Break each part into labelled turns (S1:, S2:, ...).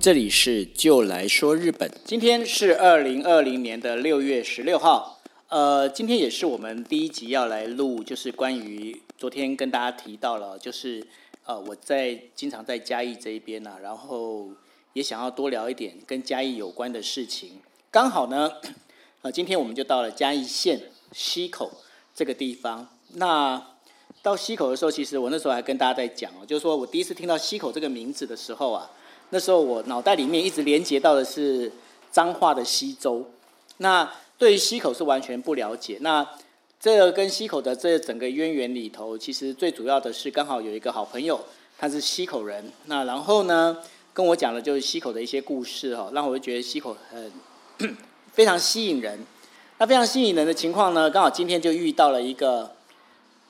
S1: 这里是就来说日本。今天是二零二零年的六月十六号，呃，今天也是我们第一集要来录，就是关于昨天跟大家提到了，就是呃，我在经常在嘉义这一边呢、啊，然后也想要多聊一点跟嘉义有关的事情。刚好呢， 呃，今天我们就到了嘉义县溪口这个地方，那。到溪口的时候，其实我那时候还跟大家在讲哦，就是说我第一次听到溪口这个名字的时候啊，那时候我脑袋里面一直连接到的是彰化的溪州，那对于溪口是完全不了解。那这个跟溪口的这整个渊源里头，其实最主要的是刚好有一个好朋友，他是溪口人，那然后呢跟我讲了就是溪口的一些故事哈、哦，让我就觉得溪口很 非常吸引人。那非常吸引人的情况呢，刚好今天就遇到了一个。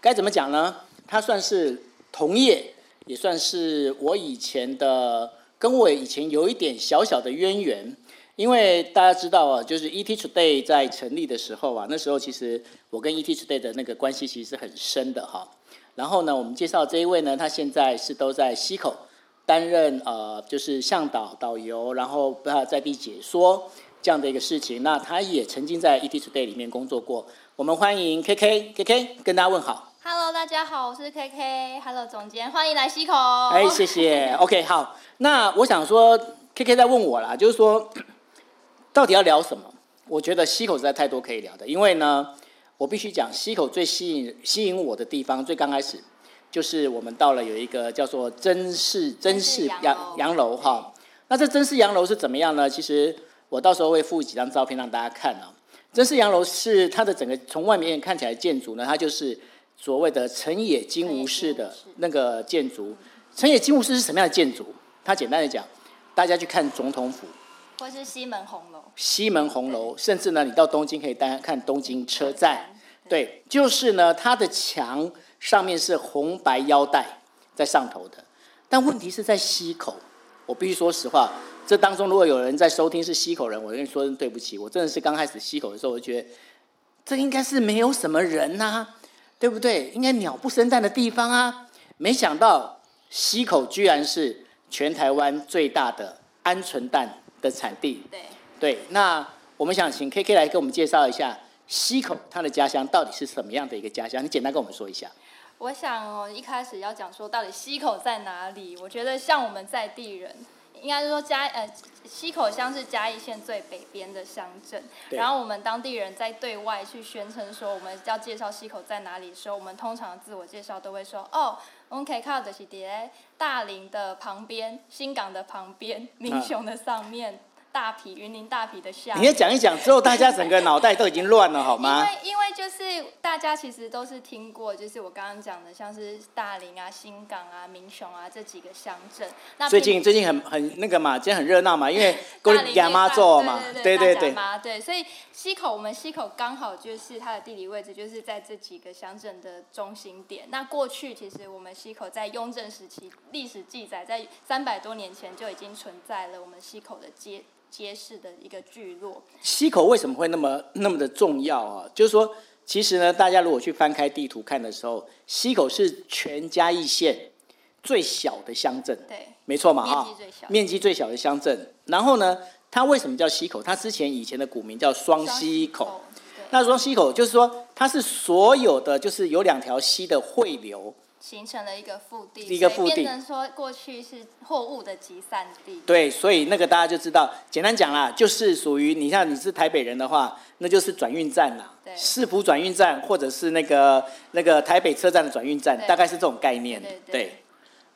S1: 该怎么讲呢？他算是同业，也算是我以前的，跟我以前有一点小小的渊源。因为大家知道啊，就是 ET Today 在成立的时候啊，那时候其实我跟 ET Today 的那个关系其实是很深的哈。然后呢，我们介绍这一位呢，他现在是都在溪口担任呃，就是向导、导游，然后不要在地解说这样的一个事情。那他也曾经在 ET Today 里面工作过。我们欢迎 K K K K 跟大家问好。
S2: Hello，大家好，我是 KK。Hello，总监，欢迎来溪口。
S1: 哎，谢谢。OK，好。那我想说，KK 在问我啦，就是说，到底要聊什么？我觉得溪口实在太多可以聊的，因为呢，我必须讲溪口最吸引吸引我的地方，最刚开始就是我们到了有一个叫做真氏真氏洋洋楼哈。那这真氏洋楼是怎么样呢？其实我到时候会附几张照片让大家看啊。真氏洋楼是它的整个从外面看起来建筑呢，它就是。所谓的成野金吾式的那个建筑，成野金吾式是什么样的建筑？它简单的讲，大家去看总统府，
S2: 或是西门红楼，
S1: 西门红楼，甚至呢，你到东京可以单看东京车站，对，就是呢，它的墙上面是红白腰带在上头的，但问题是在溪口，我必须说实话，这当中如果有人在收听是溪口人，我跟你说声对不起，我真的是刚开始溪口的时候，我觉得这应该是没有什么人呐、啊。对不对？应该鸟不生蛋的地方啊！没想到溪口居然是全台湾最大的鹌鹑蛋的产地。
S2: 对
S1: 对，那我们想请 K K 来给我们介绍一下溪口它的家乡到底是什么样的一个家乡？你简单跟我们说一下。
S2: 我想哦，一开始要讲说到底溪口在哪里？我觉得像我们在地人，应该是说嘉呃溪口乡是嘉义县最北边的乡镇，然后我们当地人在对外去宣称说我们要介绍溪口在哪里的时候，我们通常自我介绍都会说哦，我们可以看到的是在大林的旁边、新港的旁边、民雄的上面、啊、大皮、云林大皮的下面。
S1: 你要讲一讲之后，大家整个脑袋都已经乱了，好吗？
S2: 因为因为就是大家其实都是听过，就是我刚刚讲的，像是大林啊、新港啊、民雄啊这几个乡镇。那
S1: 最近最近很很那个嘛，今天很热闹嘛，因为过年亚妈做嘛，
S2: 对
S1: 对
S2: 对，妈对，所以溪口我们溪口刚好就是它的地理位置，就是在这几个乡镇的中心点。那过去其实我们溪口在雍正时期，历史记载在三百多年前就已经存在了我们溪口的街。街市的一个聚落，
S1: 溪口为什么会那么那么的重要啊？就是说，其实呢，大家如果去翻开地图看的时候，溪口是全嘉义县最小的乡镇，
S2: 对，
S1: 没错嘛，
S2: 哈，面积最小，
S1: 面积最小的乡镇。然后呢，它为什么叫溪口？它之前以前的古名叫双溪口。
S2: 口
S1: 那双溪口就是说，它是所有的就是有两条溪的汇流。
S2: 形成了一个腹地，
S1: 一个腹地，
S2: 变成说过去是货物的集散地。
S1: 对，所以那个大家就知道，简单讲啦，就是属于你像你是台北人的话，那就是转运站啦，市府转运站或者是那个那个台北车站的转运站，大概是这种概念。
S2: 对,
S1: 对,对，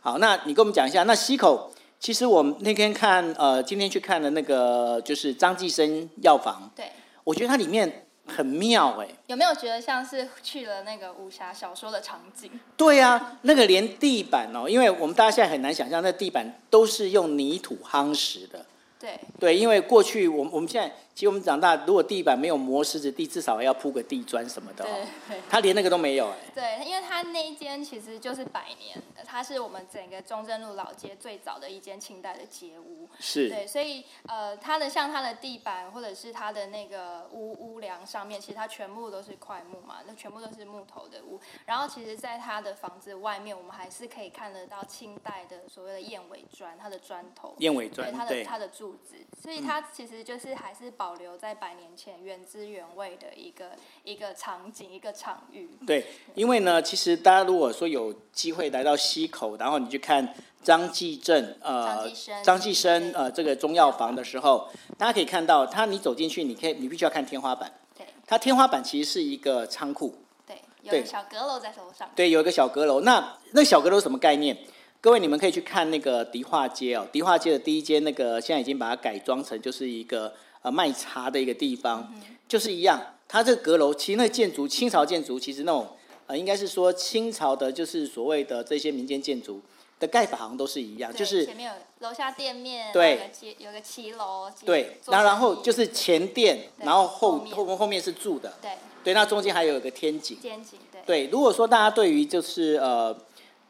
S1: 好，那你跟我们讲一下，那溪口，其实我们那天看呃，今天去看了那个就是张继生药房，
S2: 对，
S1: 我觉得它里面。很妙哎、欸，
S2: 有没有觉得像是去了那个武侠小说的场景？
S1: 对呀、啊，那个连地板哦，因为我们大家现在很难想象，那地板都是用泥土夯实的，
S2: 对，
S1: 对，因为过去我们我们现在，其实我们长大，如果地板没有磨石子地，至少要铺个地砖什么的、哦
S2: 对。对
S1: 他连那个都没有哎、
S2: 对，因为它那一间其实就是百年，的，它是我们整个中正路老街最早的一间清代的街屋。
S1: 是
S2: 对，所以呃，它的像它的地板或者是它的那个屋屋梁上面，其实它全部都是块木嘛，那全部都是木头的屋。然后其实，在它的房子外面，我们还是可以看得到清代的所谓的燕尾砖，它的砖头。
S1: 燕尾
S2: 对
S1: 砖
S2: 它，的
S1: 对嗯
S2: 它的柱子，所以它其实就是还是保留在百年前原汁原味的一个一个场景一个场域。
S1: 对，因为呢，其实大家如果说有机会来到溪口，然后你去看张继正
S2: 张
S1: 呃
S2: 继生
S1: 张继生
S2: 对
S1: 呃这个中药房的时候，大家可以看到，他你走进去，你可以你必须要看天花板，
S2: 对
S1: 它天花板其实是一个仓库，
S2: 对，有
S1: 对
S2: 个小阁楼在手上。
S1: 对，有一个小阁楼。那那小阁楼是什么概念？各位你们可以去看那个迪化街哦，迪化街的第一街那个现在已经把它改装成就是一个呃卖茶的一个地方，
S2: 嗯
S1: 就是一样。它这个阁楼其实那建筑清朝建筑其实那种呃应该是说清朝的就是所谓的这些民间建筑的盖法好像都是一样，
S2: 对
S1: 就是
S2: 前面有楼下店面，
S1: 对
S2: 有个骑有个骑楼，骑
S1: 对，
S2: 做
S1: 那然
S2: 生
S1: 后
S2: 意
S1: 就是前店，
S2: 对
S1: 然后
S2: 后
S1: 后
S2: 面
S1: 后后面是住的，
S2: 对
S1: 对，那中间还有一个天井。
S2: 肩颈对
S1: 对，如果说大家对于就是呃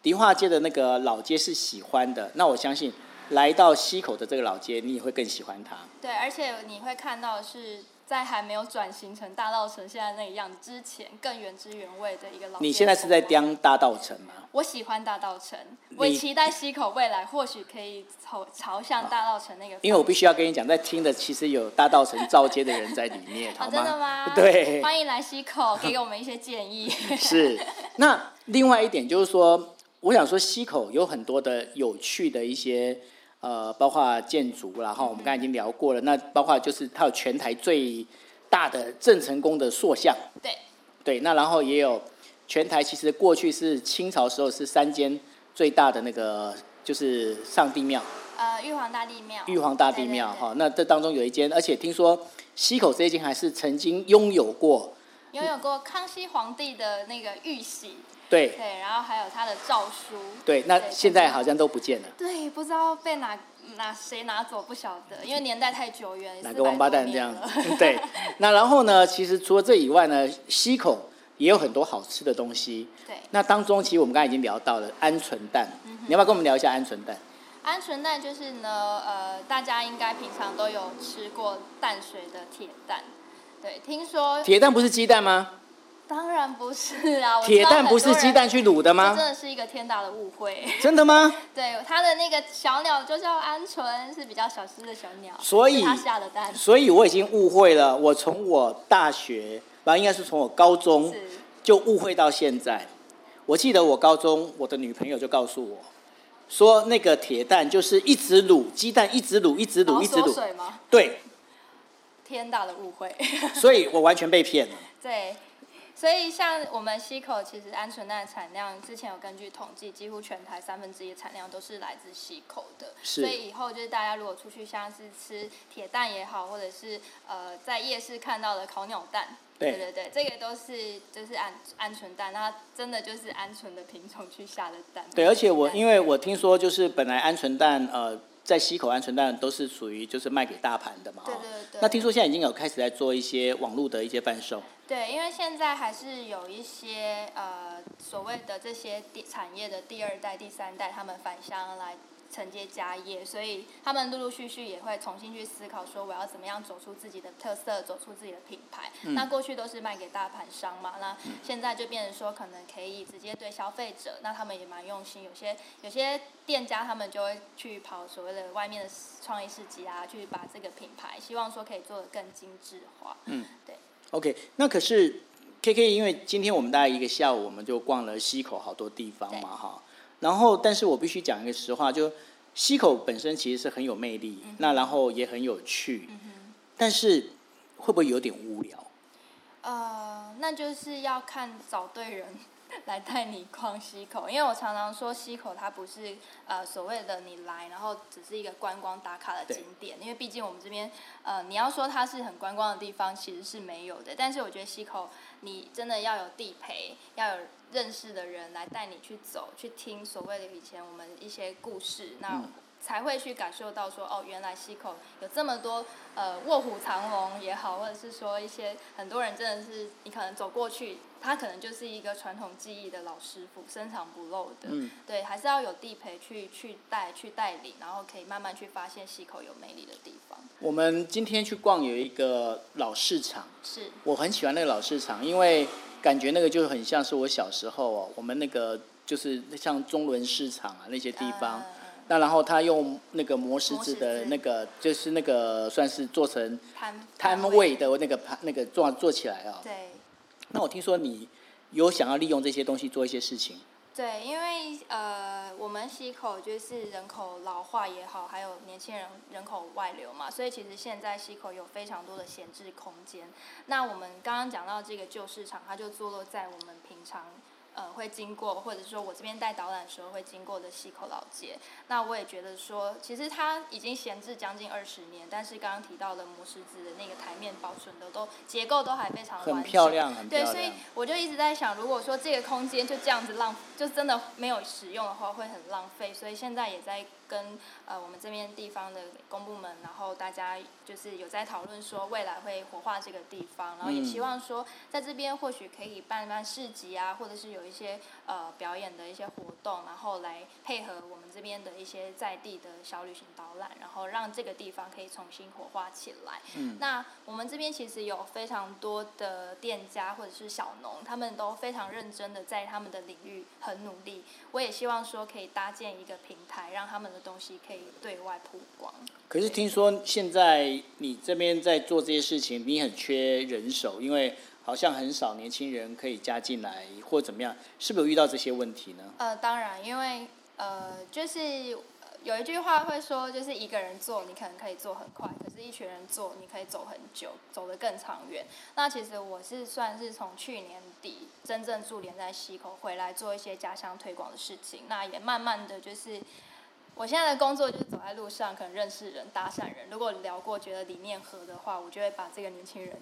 S1: 迪化街的那个老街是喜欢的，那我相信来到溪口的这个老街，你也会更喜欢它。
S2: 对，而且你会看到是在还没有转型成大稻城现在那个样子之前，更原汁原味的一个老街风貌。
S1: 你现在是在雕大道城吗？
S2: 我喜欢大稻城，我也
S1: 你
S2: 期待溪口未来或许可以朝朝向大稻城那个方向。
S1: 因为我必须要跟你讲，在听的其实有大道城造街的人在里面，好
S2: 啊，
S1: 吗？
S2: 真的 吗？
S1: 对，
S2: 欢迎来溪口，给我们一些 建议。
S1: 是。那另外一点就是说，我想说溪口有很多的有趣的一些呃，包括建筑啦，然后我们刚才已经聊过了，那包括就是它有全台最大的郑成功的塑像。
S2: 对
S1: 对，那然后也有全台，其实过去是清朝时候是三间最大的那个就是上帝庙、
S2: 呃，玉皇大帝庙，
S1: 玉皇大帝
S2: 对对
S1: 庙
S2: 对
S1: 哈。那这当中有一间，而且听说溪口这一间还是曾经拥有过，
S2: 拥有过康熙皇帝的那个玉玺，
S1: 对
S2: 对，然后还有他的诏书，
S1: 对，那
S2: 对
S1: 现在好像都不见了。
S2: 对，不知道被哪哪谁拿走，不晓得，因为年代太久远，
S1: 哪
S2: 400
S1: 个王八蛋
S2: 多
S1: 这样
S2: 年了
S1: 子？对，那然后呢？其实除了这以外呢，溪口也有很多好吃的东西。
S2: 对，
S1: 那当中其实我们刚才已经聊到了鹌鹑蛋，
S2: 嗯
S1: 你要不要跟我们聊一下鹌鹑蛋？
S2: 鹌鹑蛋就是呢，呃，大家应该平常都有吃过淡水的铁蛋，对，听说
S1: 铁蛋不是鸡蛋吗？
S2: 当然不是啊，我知
S1: 铁
S2: 道
S1: 蛋
S2: 很
S1: 不是
S2: 多
S1: 鸡
S2: 人，
S1: 蛋去卤的
S2: 这
S1: 吗
S2: 真？的是一个天大的误会。
S1: 真的吗？
S2: 对，它的那个小鸟就叫鹌鹑，是比较小只的小鸟，
S1: 所以
S2: 是它下的蛋。
S1: 所以我已经误会了，我从我大学，吧，应该是从我高中
S2: 是
S1: 就误会到现在。我记得我高中，我的女朋友就告诉我，说那个铁蛋就是一直卤鸡蛋，一直卤，一直
S2: 然
S1: 卤，
S2: 后
S1: 一直
S2: 哦缩
S1: 卤。
S2: 水吗？
S1: 对，
S2: 天大的误会。
S1: 所以我完全被骗了。
S2: 对，所以像我们溪口，其实鹌鹑蛋的产量，之前有根据统计，几乎全台三分之一的产量都是来自溪口的。
S1: 是
S2: 所以以后就是大家如果出去像是吃铁蛋也好，或者是呃在夜市看到的烤鸟蛋。
S1: 对
S2: 对对，这个都是就是鹌鹌鹑蛋，它真的就是鹌鹑的品种去下的蛋。
S1: 对，而且我因为
S2: 为
S1: 我听说，就是本来鹌鹑蛋，呃，在溪口鹌鹑蛋都是属于就是卖给大盘的嘛。
S2: 对
S1: 哦
S2: 对对
S1: 那听说现在已经有开始在做一些网络的一些贩售。
S2: 对，因为现在还是有一些呃所谓的这些第产业的第二代、第三代，他们返乡来承接家业，所以他们陆陆续续也会重新去思考说，我要怎么样走出自己的特色，走出自己的品牌。那过去都是卖给大盘商嘛，那现在就变成说，可能可以直接对消费者，那他们也蛮用心，有些有些店家他们就会去跑所谓的外面的创意市集啊，去把这个品牌，希望说可以做得更精致化。嗯，对。
S1: OK，那可是 KK，因为今天我们大概一个下午，我们就逛了溪口好多地方嘛，哈。然后，但是我必须讲一个实话，就溪口本身其实是很有魅力，那然后也很有趣，但是会不会有点无聊？
S2: 呃，那就是要看找对人 来带你逛溪口，因为我常常说溪口它不是呃所谓的你来，然后只是一个观光打卡的景点，因为毕竟我们这边呃你要说它是很观光的地方，其实是没有的。但是我觉得溪口你真的要有地陪，要有
S1: 嗯
S2: 认识的人来带你去走，去听所谓的以前我们一些故事，那才会去感受到说，哦，原来溪口有这么多呃卧虎藏龙也好，或者是说一些很多人真的是你可能走过去，他可能就是一个传统技艺的老师傅，深藏不露的。
S1: 嗯
S2: 对，还是要有地陪去去带去带领，然后可以慢慢去发现溪口有魅力的地方。
S1: 我们今天去逛有一个老市场，
S2: 是
S1: 我很喜欢那个老市场，因为感觉那个就很像是我小时候哦，我们那个就是像中伦市场啊那些地方。
S2: 呃
S1: 那然后他用那个磨石子
S2: 磨石
S1: 的
S2: 子
S1: 那个，就是那个算是做成
S2: 摊
S1: 摊位的那个盘那个做做起来哦。
S2: 对。
S1: 那我听说你有想要利用这些东西做一些事情，
S2: 对，因为呃，我们溪口就是人口老化也好，还有年轻人人口外流嘛，所以其实现在溪口有非常多的闲置空间。那我们刚刚讲到这个旧市场，它就坐落在我们平常呃会经过，或者说我这边带导览的时候会经过的溪口老街。那我也觉得说，其实它已经闲置将近二十年，但是刚刚提到的磨石子的那个台面保存的都结构都还非常
S1: 很
S2: 完
S1: 漂
S2: 整
S1: 亮，很
S2: 对，
S1: 漂
S2: 所以
S1: 亮。
S2: 我就一直在想，如果说这个空间就这样子浪，就真的没有使用的话，会很浪费。所以现在也在跟呃我们这边地方的公部门，然后大家就是有在讨论说未来会活化这个地方，然后也
S1: 嗯
S2: 希望说在这边或许可以办办市集啊，或者是有一些呃表演的一些活动，然后来配合我们这边的一些在地的小旅行导览，然后让这个地方可以重新活化起来。
S1: 嗯，
S2: 那我们这边其实有非常多的店家或者是小农，他们都非常认真的在他们的领域很努力。我也希望说可以搭建一个平台，让他们的东西可以对外曝光。
S1: 可是听说现在你这边在做这些事情，你很缺人手，因为好像很少年轻人可以加进来或怎么样，是不是有遇到这些问题呢？
S2: 呃，当然，因为呃，就是呃有一句话会说，就是一个人做，你可能可以做很快，可是一群人做，你可以走很久，走得更长远。那其实我是算是从去年底真正驻连在溪口回来做一些家乡推广的事情，那也慢慢的就是。我现在的工作就是走在路上，可能认识人、搭讪人。如果聊过觉得理念合的话，我就会把这个年轻人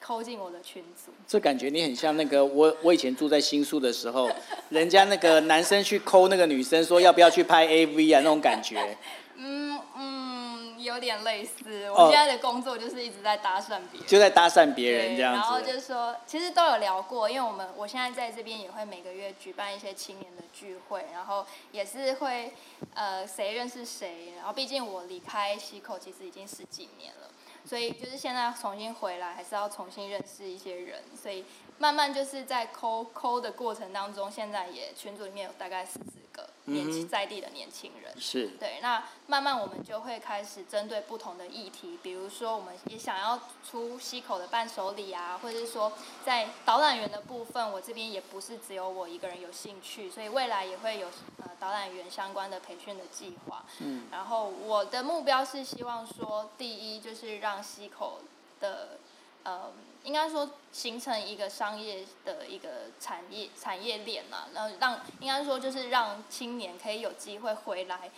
S2: 抠进我的群组。
S1: 这感觉你很像那个我我以前住在新宿的时候， 人家那个男生去抠那个女生说要不要去拍 AV 啊那种感觉。
S2: 嗯嗯，有点类似。
S1: 哦
S2: 我现在的工作就是一直在搭讪别人。
S1: 就在搭讪别人
S2: 对，
S1: 这样子。
S2: 然后就是说，其实都有聊过，因为我们我现在在这边也会每个月举办一些青年的聚会，然后也是会呃谁认识谁，然后毕竟我离开溪口其实已经十几年了，所以就是现在重新回来还是要重新认识一些人，所以慢慢就是在抠抠的过程当中，现在也群组里面有大概四十个年
S1: 嗯
S2: 轻
S1: 哼
S2: 在地的年轻人。
S1: 是
S2: 对，那慢慢我们就会开始针对不同的议题，比如说我们也想要出溪口的伴手礼啊，或者是说在导览员的部分，我这边也不是只有我一个人有兴趣，所以未来也会有呃导览员相关的培训的计划。
S1: 嗯，
S2: 然后我的目标是希望说，第一就是让溪口的呃，应该说形成一个商业的一个产业产业链嘛，然后让应该说就是让青年可以有机会回来，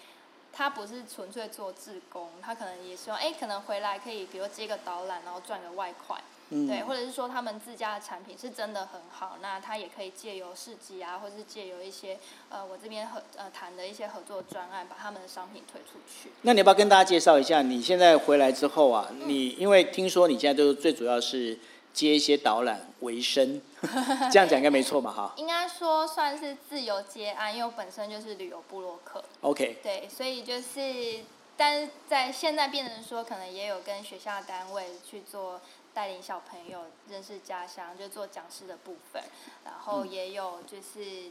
S2: 他不是纯粹做志工，他可能也希望哎，可能回来可以比如接个导览，然后赚个外快，
S1: 嗯
S2: 对，或者是说他们自家的产品是真的很好，那他也可以借由市集啊，或是借由一些呃我这边合呃谈的一些合作专案，把他们的商品推出去。
S1: 那你要不要跟大家介绍一下，你现在回来之后啊，
S2: 嗯
S1: 你因为听说你现在都最主要是接一些导览为生， 这样讲应该没错嘛哈
S2: 应该说算是自由接案，因为我本身就是旅游部落客，
S1: ？OK，
S2: 对，所以就是，但是在现在变成说，可能也有跟学校单位去做带领小朋友认识家乡，就做讲师的部分，然后
S1: 嗯
S2: 也有就是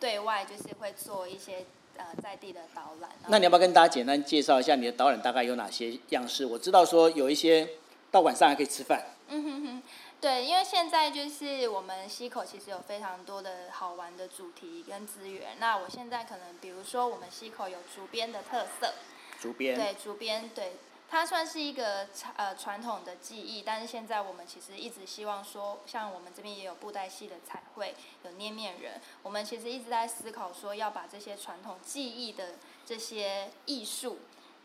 S2: 对外就是会做一些呃在地的导览。然后
S1: 那你要不要跟大家简单介绍一下你的导览大概有哪些样式？我知道说有一些到晚上还可以吃饭，
S2: 嗯哼哼，对，因为现在就是我们溪口其实有非常多的好玩的主题跟资源。那我现在可能比如说我们溪口有竹编的特色，
S1: 竹编
S2: 对，竹编，对，它算是一个传呃传统的技艺，但是现在我们其实一直希望说，像我们这边也有布袋戏的彩绘，有捏面人，我们其实一直在思考说要把这些传统技艺的这些艺术。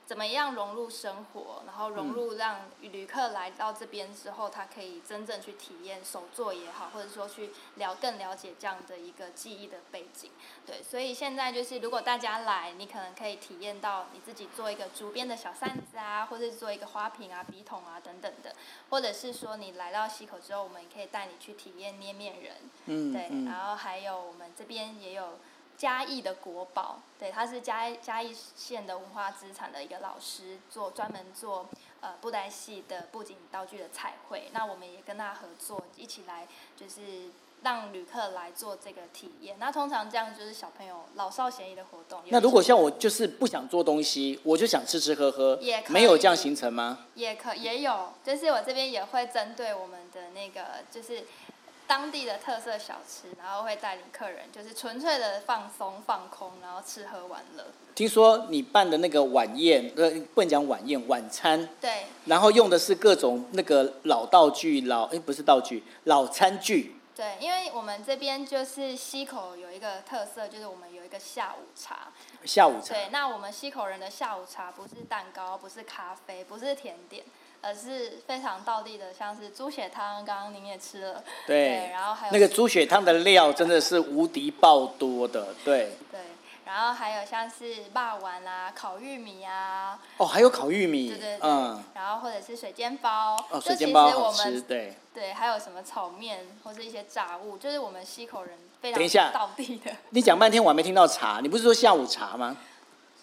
S2: 怎么样融入生活，然后融入让旅客来到这边之后，他可以真正去体验手作也好，或者说去了更了解这样的一个记忆的背景。对，所以现在就是如果大家来，你可能可以体验到你自己做一个竹编的小扇子啊，或者做一个花瓶啊、笔筒啊等等的，或者是说你来到溪口之后，我们可以带你去体验捏面人，
S1: 嗯
S2: 对，
S1: 嗯
S2: 然后还有我们这边也有。嘉义的国宝，对，他是嘉义嘉义县的文化资产的一个老师，做专门做呃布袋戏的布景道具的彩绘。那我们也跟他合作，一起来就是让旅客来做这个体验。那通常这样就是小朋友老少咸宜的活动。
S1: 那如果像我就是不想做东西，我就想吃吃喝喝
S2: 也，可以
S1: 没有这样行程吗？
S2: 也可也有，就是我这边也会针对我们的那个就是当地的特色小吃，然后会带领客人就是纯粹的放松放空，然后吃喝玩乐。
S1: 听说你办的那个晚宴，呃，不能讲晚宴，晚餐，
S2: 对，
S1: 然后用的是各种那个老道具，老哎不是道具，老餐具。
S2: 对，因为我们这边就是溪口有一个特色，就是我们有一个下午茶。
S1: 下午茶，
S2: 对，那我们溪口人的下午茶不是蛋糕，不是咖啡，不是甜点，而是非常道地的，像是猪血汤，刚刚您也吃了。对，然后还有
S1: 那个猪血汤的料真的是无敌爆多的，对，
S2: 对，然后还有像是霸丸啊、烤玉米啊，
S1: 哦，还有烤玉米，
S2: 对对对，
S1: 嗯，
S2: 然后或者是水煎包。
S1: 哦，
S2: 就
S1: 水
S2: 其
S1: 煎
S2: 实
S1: 包好
S2: 我
S1: 吃，
S2: 们
S1: 对，
S2: 对，还有什么炒面或是一些炸物，就是我们溪口人非
S1: 等一下
S2: 常道地的。
S1: 你讲半天我还没听到茶，你不是说下午茶吗？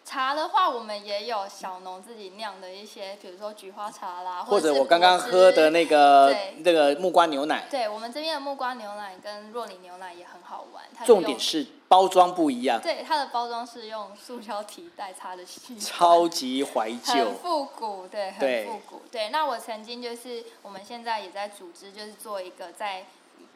S2: 茶的话，我们也有小农自己酿的一些，比如说菊花茶啦，
S1: 或
S2: 者
S1: 者
S2: 是
S1: 我刚刚
S2: 果汁
S1: 喝的。那个
S2: 对
S1: 那个木瓜牛奶，
S2: 对我们这边的木瓜牛奶跟若里牛奶也很好玩，它是
S1: 重
S2: 用
S1: 点是包装不一样，
S2: 对它的包装是用塑胶提袋插的细，
S1: 超级怀旧
S2: 很，复古，对，
S1: 对
S2: 很复古，对。那我曾经就是我们现在也在组织，就是做一个在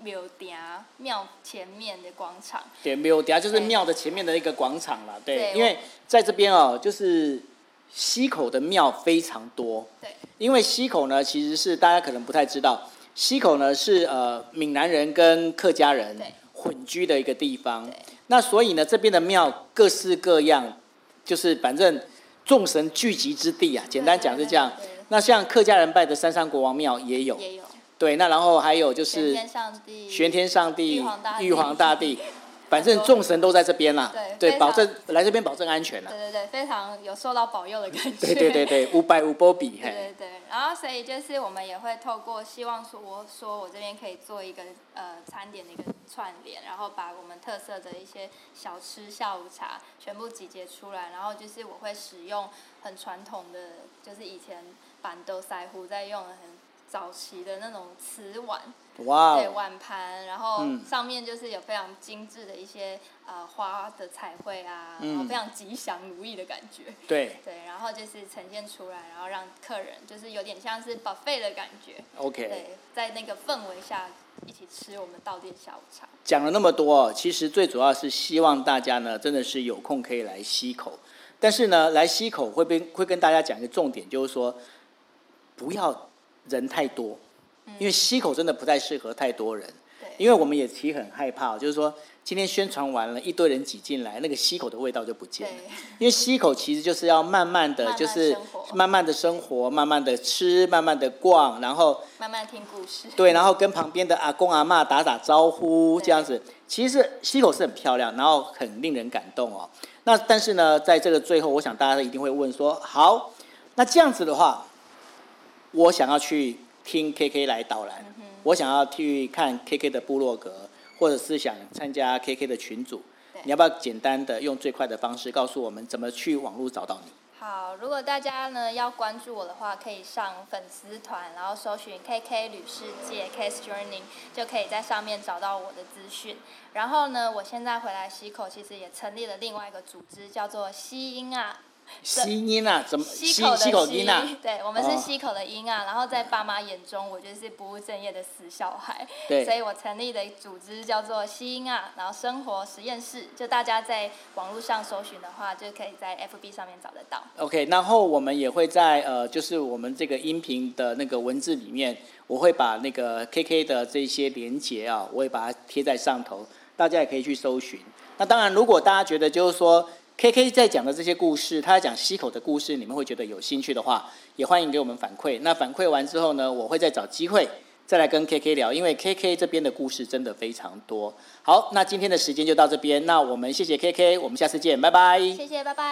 S2: 庙埕庙前面的广场，
S1: 对，没有，等下就是
S2: 对
S1: 庙的前面的一个广场啦，对，
S2: 对
S1: 因为在这边哦，就是溪口的庙非常多，
S2: 对
S1: 因为溪口呢，其实是大家可能不太知道，溪口呢是呃闽南人跟客家人
S2: 对
S1: 混居的一个地方
S2: 对。
S1: 那所以呢，这边的庙各式各样，就是反正众神聚集之地啊，简单讲是这样
S2: 对对对。
S1: 那像客家人拜的三山国王庙也有，
S2: 也有
S1: 对，那然后还有就
S2: 玄
S1: 是
S2: 天上帝，
S1: 嗯玄天上帝、
S2: 玉皇大帝
S1: 玉皇大帝，反正众神都在这边啦。
S2: 对
S1: 保
S2: 非常
S1: 证来这边保证安全啦
S2: 对。对对，非常有受到保佑的感觉，
S1: 对对对对，五百五波比，嘿
S2: 对对对，然后所以就是我们也会透过希望说我说我这边可以做一个呃餐点的一个串联，然后把我们特色的一些小吃、下午茶全部集结出来，然后就是我会使用很传统的，就是以前板豆腮胡在用的很早期的那种瓷碗，
S1: 哇
S2: 对
S1: 哦，
S2: 碗盘，然后
S1: 嗯
S2: 上面就是有非常精致的一些呃花的彩绘啊，
S1: 嗯
S2: 然后非常吉祥如意的感觉。
S1: 对
S2: 对，然后就是呈现出来，然后让客人就是有点像是 buffet 的感觉，
S1: ，OK。
S2: 对，在那个氛围下一起吃我们到店下午茶。
S1: 讲了那么多哦，其实最主要是希望大家呢，真的是有空可以来溪口。但是呢，来溪口会跟会跟大家讲一个重点，就是说不要人太多，
S2: 嗯
S1: 因为溪口真的不太适合太多人。
S2: 对，
S1: 因为我们也其实很害怕哦，就是说今天宣传完了，一堆人挤进来，那个溪口的味道就不见了。
S2: 对，
S1: 因为溪口其实就是要慢慢的，
S2: 慢慢
S1: 就是
S2: 生活
S1: 慢慢的生活，慢慢的吃，慢慢的逛，然后
S2: 慢慢听故事。
S1: 对，然后跟旁边的阿公阿嬷打打招呼，
S2: 对
S1: 这样子。其实溪口是很漂亮，然后很令人感动哦。那但是呢，在这个最后，我想大家一定会问说：好，那这样子的话，我想要去听 KK 来导览，
S2: 嗯
S1: 我想要去看 KK 的部落格，或者是想参加 KK 的群组
S2: 对。
S1: 你要不要简单的用最快的方式告诉我们怎么去网络找到你？
S2: 好，如果大家呢要关注我的话，可以上粉丝团，然后搜寻 KK 旅世界 Case Journey，就可以在上面找到我的资讯。然后呢，我现在回来溪口，其实也成立了另外一个组织，叫做西英啊。
S1: 西音啊，怎么
S2: 西口的
S1: 西口音啊？
S2: 对，我们是
S1: 哦
S2: 西口的音啊。然后在爸妈眼中，我就是不务正业的死小孩，
S1: 对
S2: 所以我成立的组织叫做西音啊，然后生活实验室，就大家在网络上搜寻的话，就可以在 FB 上面找得到。
S1: OK，然后我们也会在呃，就是我们这个音频的那个文字里面，我会把那个 KK 的这些连接啊，我会把它贴在上头，大家也可以去搜寻。那当然，如果大家觉得就是说 K K 在讲的这些故事，他讲溪口的故事，你们会觉得有兴趣的话，也欢迎给我们反馈。那反馈完之后呢，我会再找机会再来跟 K K 聊，因为 K K 这边的故事真的非常多。好，那今天的时间就到这边，那我们谢谢 K K，我们下次见，拜拜。
S2: 谢谢，拜拜。